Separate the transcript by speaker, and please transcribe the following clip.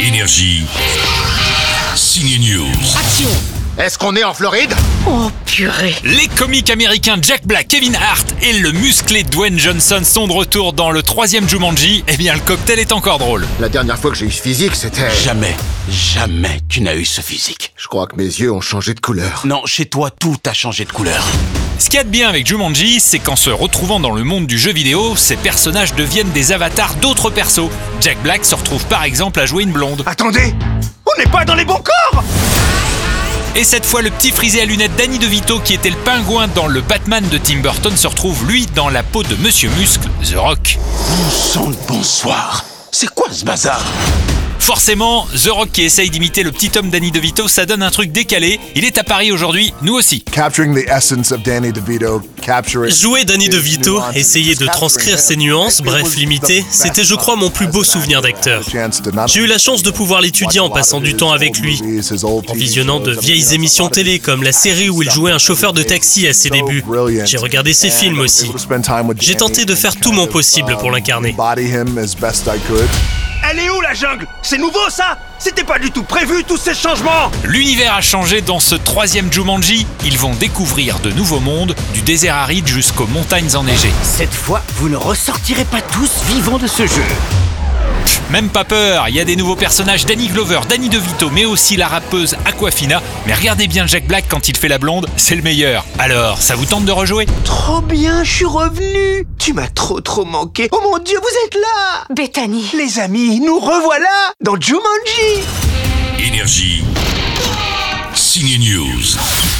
Speaker 1: Énergie. Signe News.
Speaker 2: Action
Speaker 3: Est-ce qu'on est en Floride
Speaker 2: Oh purée
Speaker 4: Les comiques américains Jack Black, Kevin Hart et le musclé Dwayne Johnson sont de retour dans le troisième Jumanji. Eh bien, le cocktail est encore drôle.
Speaker 3: La dernière fois que j'ai eu ce physique, c'était...
Speaker 5: Jamais, jamais tu n'as eu ce physique.
Speaker 3: Je crois que mes yeux ont changé de couleur.
Speaker 5: Non, chez toi, tout a changé de couleur.
Speaker 4: Ce qu'il y a de bien avec Jumanji, c'est qu'en se retrouvant dans le monde du jeu vidéo, ces personnages deviennent des avatars d'autres persos. Jack Black se retrouve par exemple à jouer une blonde.
Speaker 3: Attendez On n'est pas dans les bons corps
Speaker 4: Et cette fois, le petit frisé à lunettes Danny DeVito, qui était le pingouin dans le Batman de Tim Burton, se retrouve lui dans la peau de Monsieur Muscle, The Rock.
Speaker 5: Bon sang de bonsoir. C'est quoi ce bazar
Speaker 4: Forcément, The Rock qui essaye d'imiter le petit homme Danny DeVito, ça donne un truc décalé. Il est à Paris aujourd'hui, nous aussi.
Speaker 6: Capturing the essence of Danny DeVito, capturing
Speaker 7: Jouer Danny DeVito, essayer de transcrire ses nuances, bref, l'imiter, c'était, je crois, mon plus beau souvenir d'acteur. J'ai eu la chance de pouvoir l'étudier en passant du temps avec lui, en visionnant de vieilles émissions télé comme la série où il jouait un chauffeur de taxi à ses débuts. J'ai regardé ses films aussi. J'ai tenté de faire tout mon possible pour l'incarner.
Speaker 8: Elle est où la jungle C'est nouveau ça C'était pas du tout prévu tous ces changements
Speaker 4: L'univers a changé dans ce troisième Jumanji. Ils vont découvrir de nouveaux mondes, du désert aride jusqu'aux montagnes enneigées.
Speaker 9: Cette fois, vous ne ressortirez pas tous vivants de ce jeu.
Speaker 4: Pff, Même pas peur, il y a des nouveaux personnages, Danny Glover, Danny DeVito, mais aussi la rappeuse Aquafina. Mais regardez bien Jack Black quand il fait la blonde, c'est le meilleur. Alors, ça vous tente de rejouer
Speaker 8: Trop bien, je suis revenu Tu m'as trop trop manqué Oh mon dieu, vous êtes là
Speaker 2: Bethany
Speaker 8: Les amis, nous revoilà dans Jumanji
Speaker 1: Énergie. Signe News.